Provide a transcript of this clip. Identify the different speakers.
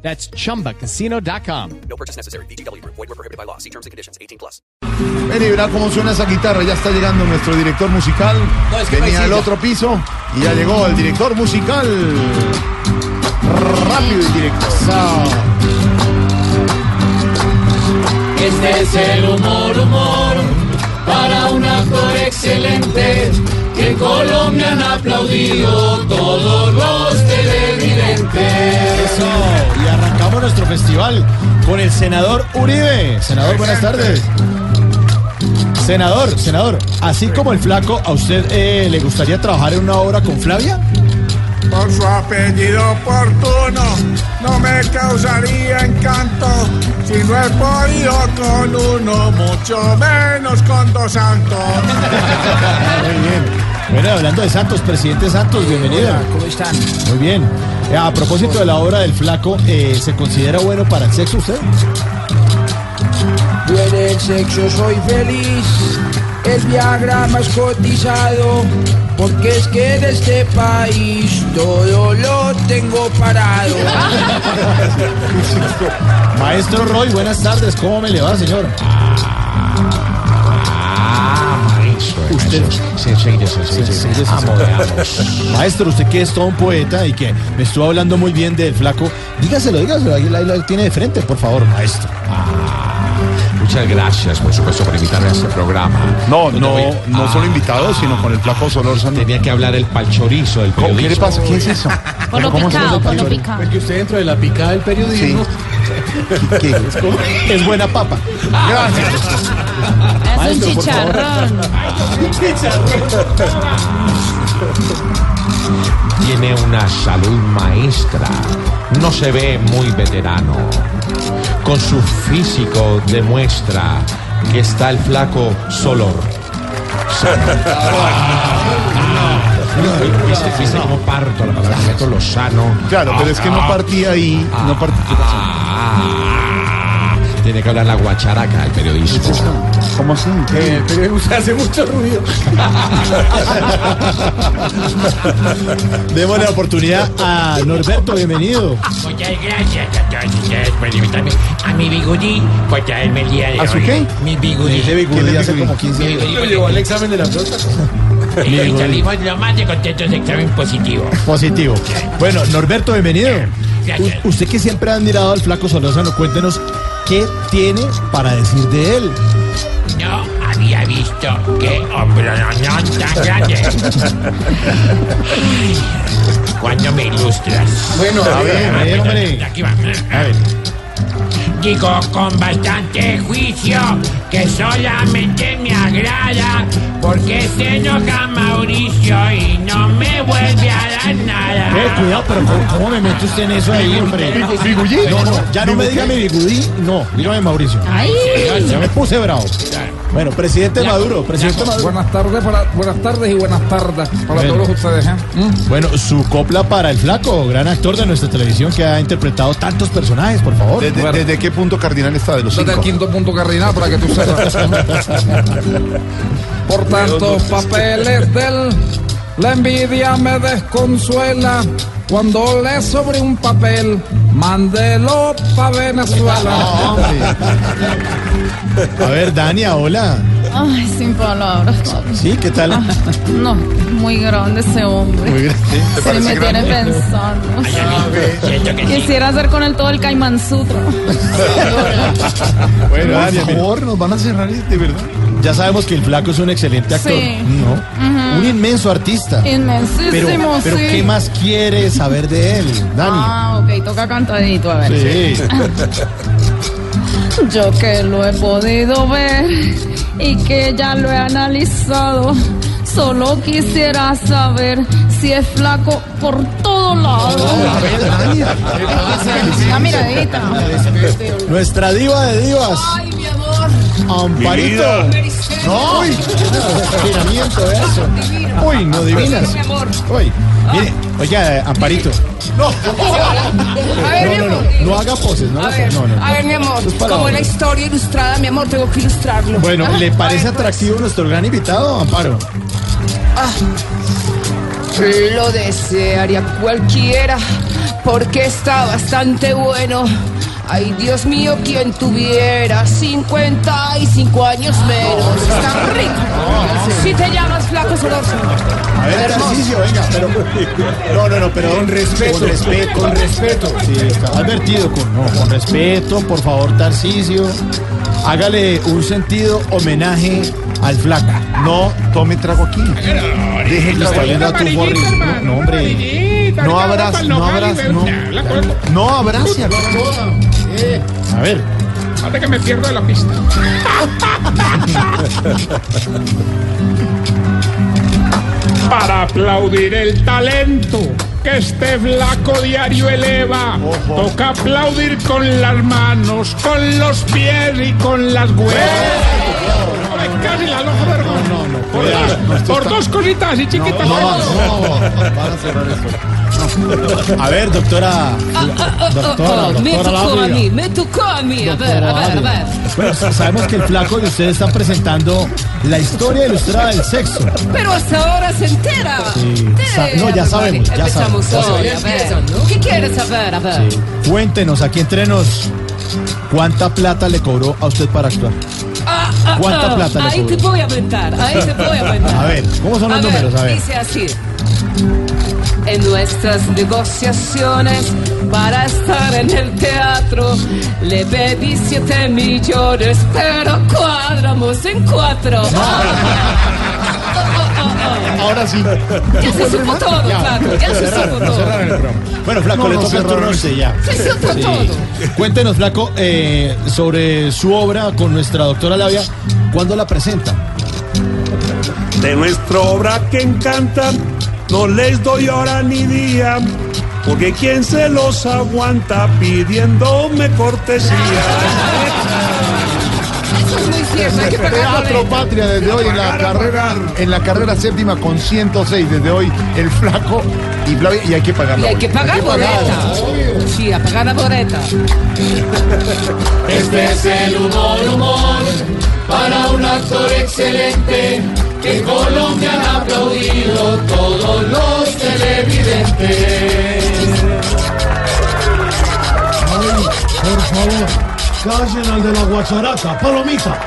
Speaker 1: That's chumbacasino.com.
Speaker 2: No purchase necessary. BGW. Void were prohibited by law. See terms and conditions. 18 plus.
Speaker 3: Ven y verá cómo suena esa guitarra. Ya está llegando nuestro director musical.
Speaker 4: No, es que
Speaker 3: Venía
Speaker 4: parecía.
Speaker 3: al otro piso y ya llegó el director musical. Rápido el director.
Speaker 4: Este es el humor, humor, para un actor excelente que en Colombia han aplaudido todos los televidentes.
Speaker 3: Eso. Y arrancamos nuestro festival con el senador Uribe. Senador, buenas tardes. Senador, senador, así como el flaco, ¿a usted eh, le gustaría trabajar en una obra con Flavia?
Speaker 5: Por su apellido oportuno, no me causaría encanto si no he podido con uno, mucho menos con dos santos.
Speaker 3: Muy bien. Bueno, hablando de Santos, presidente Santos, bienvenido.
Speaker 4: ¿Cómo están?
Speaker 3: Muy bien. Eh, A propósito de la obra del flaco, eh, ¿se considera bueno para el sexo usted?
Speaker 6: Yo en el sexo soy feliz, el Viagra más cotizado, porque es que en este país todo lo tengo parado.
Speaker 3: Maestro Roy, buenas tardes. ¿Cómo me le va, señor? Usted, maestro, usted que es todo un poeta y que me estuvo hablando muy bien del flaco, dígaselo, dígaselo, ahí la ahí la tiene de frente, por favor, maestro.
Speaker 7: Ah, Muchas gracias, por supuesto, por invitarme a este programa.
Speaker 8: No, no,
Speaker 7: voy-
Speaker 8: no
Speaker 7: Ah,
Speaker 8: solo invitado, sino con el flaco Solórzano.
Speaker 7: Tenía que hablar el palchorizo del periodismo.
Speaker 8: ¿Qué le pasa? ¿Qué es eso?
Speaker 9: Por lo picado, por lo picado.
Speaker 4: Porque usted dentro de la picada del periodismo.
Speaker 3: ¿Qué? Es buena papa.
Speaker 9: Es un
Speaker 3: Maestro, por favor.
Speaker 9: chicharrón.
Speaker 7: Tiene una salud maestra. No se ve muy veterano. Con su físico demuestra que está el flaco Solor. Viste, viste cómo parto la palabra Beto Lozano.
Speaker 8: Claro, pero es que
Speaker 3: Ah,
Speaker 8: no partía ahí. No partía. ¿Qué pasó?
Speaker 7: Ah, tiene que hablar la guacharaca del periodismo.
Speaker 8: ¿Cómo así?
Speaker 4: El periodismo hace mucho ruido.
Speaker 3: Démosle la oportunidad a Norberto, bienvenido.
Speaker 10: Muchas Pues gracias a todos ustedes por invitarme pues, a mi pues bigudí por traerme el día de
Speaker 8: ¿A su
Speaker 10: hoy.
Speaker 8: qué?
Speaker 10: Mi bigudí.
Speaker 3: Ese bigudí hace
Speaker 8: bigudí?
Speaker 3: como 15
Speaker 10: Mi
Speaker 3: años.
Speaker 10: bigudí,
Speaker 4: Lo llevó al examen de la flota.
Speaker 10: porque hoy salimos pues, lo más de contentos de examen positivo.
Speaker 3: Positivo. Bueno, Norberto, bienvenido.
Speaker 10: Gracias.
Speaker 3: U- usted que siempre ha admirado al flaco Solórzano, cuéntenos qué tiene para decir de él.
Speaker 10: No había visto qué hombre no tan grande. Cuando me ilustras.
Speaker 3: Bueno, a ver, a ver, hombre.
Speaker 10: Aquí va. Digo con bastante juicio que solamente me agrada porque se enoja Mauricio y no me vuelve a dar nada.
Speaker 3: Eh, cuidado, pero ¿cómo, cómo me mete usted en eso ahí, hombre? No, no, ya no me diga mi bigudí, no, dígame Mauricio.
Speaker 9: Ay,
Speaker 3: Ya me puse bravo. Bueno, presidente Maduro, presidente Maduro.
Speaker 6: Buenas tardes, para, buenas tardes y buenas tardes para
Speaker 3: Bueno.
Speaker 6: todos ustedes. ¿eh?
Speaker 3: Bueno, su copla para el flaco, gran actor de nuestra televisión que ha interpretado tantos personajes, por favor.
Speaker 8: ¿Desde, desde qué punto cardinal está de los
Speaker 6: Desde el
Speaker 8: cinco?
Speaker 6: quinto punto cardinal para que tú sepas. Por tantos papeles del la envidia me desconsuela cuando le sobre un papel, mándelo pa' Venezuela.
Speaker 3: A ver, Dania, hola.
Speaker 9: ay, sin palabras.
Speaker 3: Sí, ¿qué tal?
Speaker 9: No, muy grande ese hombre.
Speaker 3: Muy bien.
Speaker 9: Se me tiene pensando.
Speaker 10: Siento que sí.
Speaker 9: Quisiera hacer con él todo el Caimán Sutra.
Speaker 3: Bueno, Dania,
Speaker 8: Por
Speaker 3: mira.
Speaker 8: favor, nos van a cerrar, de verdad.
Speaker 3: Ya sabemos que el flaco es un excelente actor.
Speaker 9: Sí.
Speaker 3: No. Un inmenso artista. Pero,
Speaker 9: Inmensísimo,
Speaker 3: pero
Speaker 9: sí.
Speaker 3: ¿qué más quiere saber de él, Dani?
Speaker 9: Ah, ok, toca cantadito, a ver.
Speaker 3: Sí.
Speaker 9: Yo que lo he podido ver y que ya lo he analizado, solo quisiera saber si es flaco por todos lados. Una miradita.
Speaker 11: Ah,
Speaker 3: Nuestra diva de divas.
Speaker 9: Ay, mi amor.
Speaker 3: Amparito. No. Uy. Tiramiento de eso. Uy, no divinas. Uy. Mire, oiga, eh, Amparito. No.
Speaker 11: A ver, mi
Speaker 3: No, no, no.
Speaker 11: amor.
Speaker 3: No haga poses, no
Speaker 11: A
Speaker 3: haga
Speaker 11: ver,
Speaker 3: poses. No, no.
Speaker 11: a ver, mi amor,
Speaker 3: Eso es para
Speaker 11: como
Speaker 3: ahora.
Speaker 11: la historia ilustrada, mi amor, tengo que ilustrarlo.
Speaker 3: Bueno, ¿le parece
Speaker 11: A ver,
Speaker 3: atractivo nuestro gran invitado, Amparo?
Speaker 11: pues, Lo desearía cualquiera, porque está bastante bueno. Ay, Dios mío, quien tuviera 55 años menos. Está rico. Si te llamas flaco, soloso.
Speaker 3: A ver, Tarcicio, venga, pero. No, no, no, pero con respeto. Con respeto, con respeto. Sí, está advertido, con, no, con respeto, por favor, Tarcicio. Hágale un sentido homenaje al flaco.
Speaker 8: No tome trago aquí. Deje el
Speaker 3: Está
Speaker 8: trago.
Speaker 3: oliendo a tufo horrible. No, no, hombre.
Speaker 8: No abras, no abras, no.
Speaker 3: No abrace a A ver.
Speaker 10: Hasta que me pierdo de la pista. Para aplaudir el talento que este flaco diario eleva, toca aplaudir con las manos, con los pies y con las huevas. Ay, Casi la loja vergüenza. Por, dos- por dos cositas así chiquitas.
Speaker 3: No, no, van a cerrar esto. A ver, doctora. Doctora,
Speaker 11: Oh, me
Speaker 3: doctora
Speaker 11: tocó a
Speaker 3: Labia.
Speaker 11: mí, me tocó a mí. A ver, a ver, a ver.
Speaker 3: Bueno, sabemos que el flaco y ustedes están presentando la historia ilustrada del sexo.
Speaker 11: Pero hasta ahora se entera.
Speaker 3: sa- no, ya sabemos, ya
Speaker 11: Empezamos
Speaker 3: sabemos, ya
Speaker 11: hoy, a ver. ¿Qué quieres saber? A ver.
Speaker 3: Cuéntenos aquí entre nos. ¿Cuánta plata le cobró a usted para actuar?
Speaker 11: Ah, ah,
Speaker 3: ¿Cuánta
Speaker 11: ah,
Speaker 3: plata le
Speaker 11: Ahí te
Speaker 3: cobró?
Speaker 11: voy a aventar, ahí te voy a aventar.
Speaker 3: A ver, ¿cómo son los números? A ver.
Speaker 11: Dice así. En nuestras negociaciones para estar en el teatro le pedí 7 millones, pero cuadramos en cuatro. Ah.
Speaker 3: Ahora sí.
Speaker 11: Ya se supo todo, Paco, ya se supo todo.
Speaker 3: Bueno, flaco, le toca el turno a usted ya.
Speaker 11: Se supo todo.
Speaker 3: Cuéntenos, flaco, eh, sobre su obra con nuestra doctora Labia. ¿Cuándo la presenta?
Speaker 5: De nuestra obra que encanta, no les doy hora ni día, porque quien se los aguanta pidiéndome cortesía.
Speaker 11: Eso es muy cierto, hay que pagarlo.
Speaker 8: Teatro Patria desde hoy en la carrera en la carrera séptima con 106 desde hoy el flaco y bla- y hay que pagarlo.
Speaker 11: Y hay que pagar boleta. Sí, a pagar la boleta.
Speaker 4: Este es el humor, humor, para un actor excelente, que en Colombia han aplaudido todos los televidentes.
Speaker 3: Por favor, callen al de la guacharata, palomita.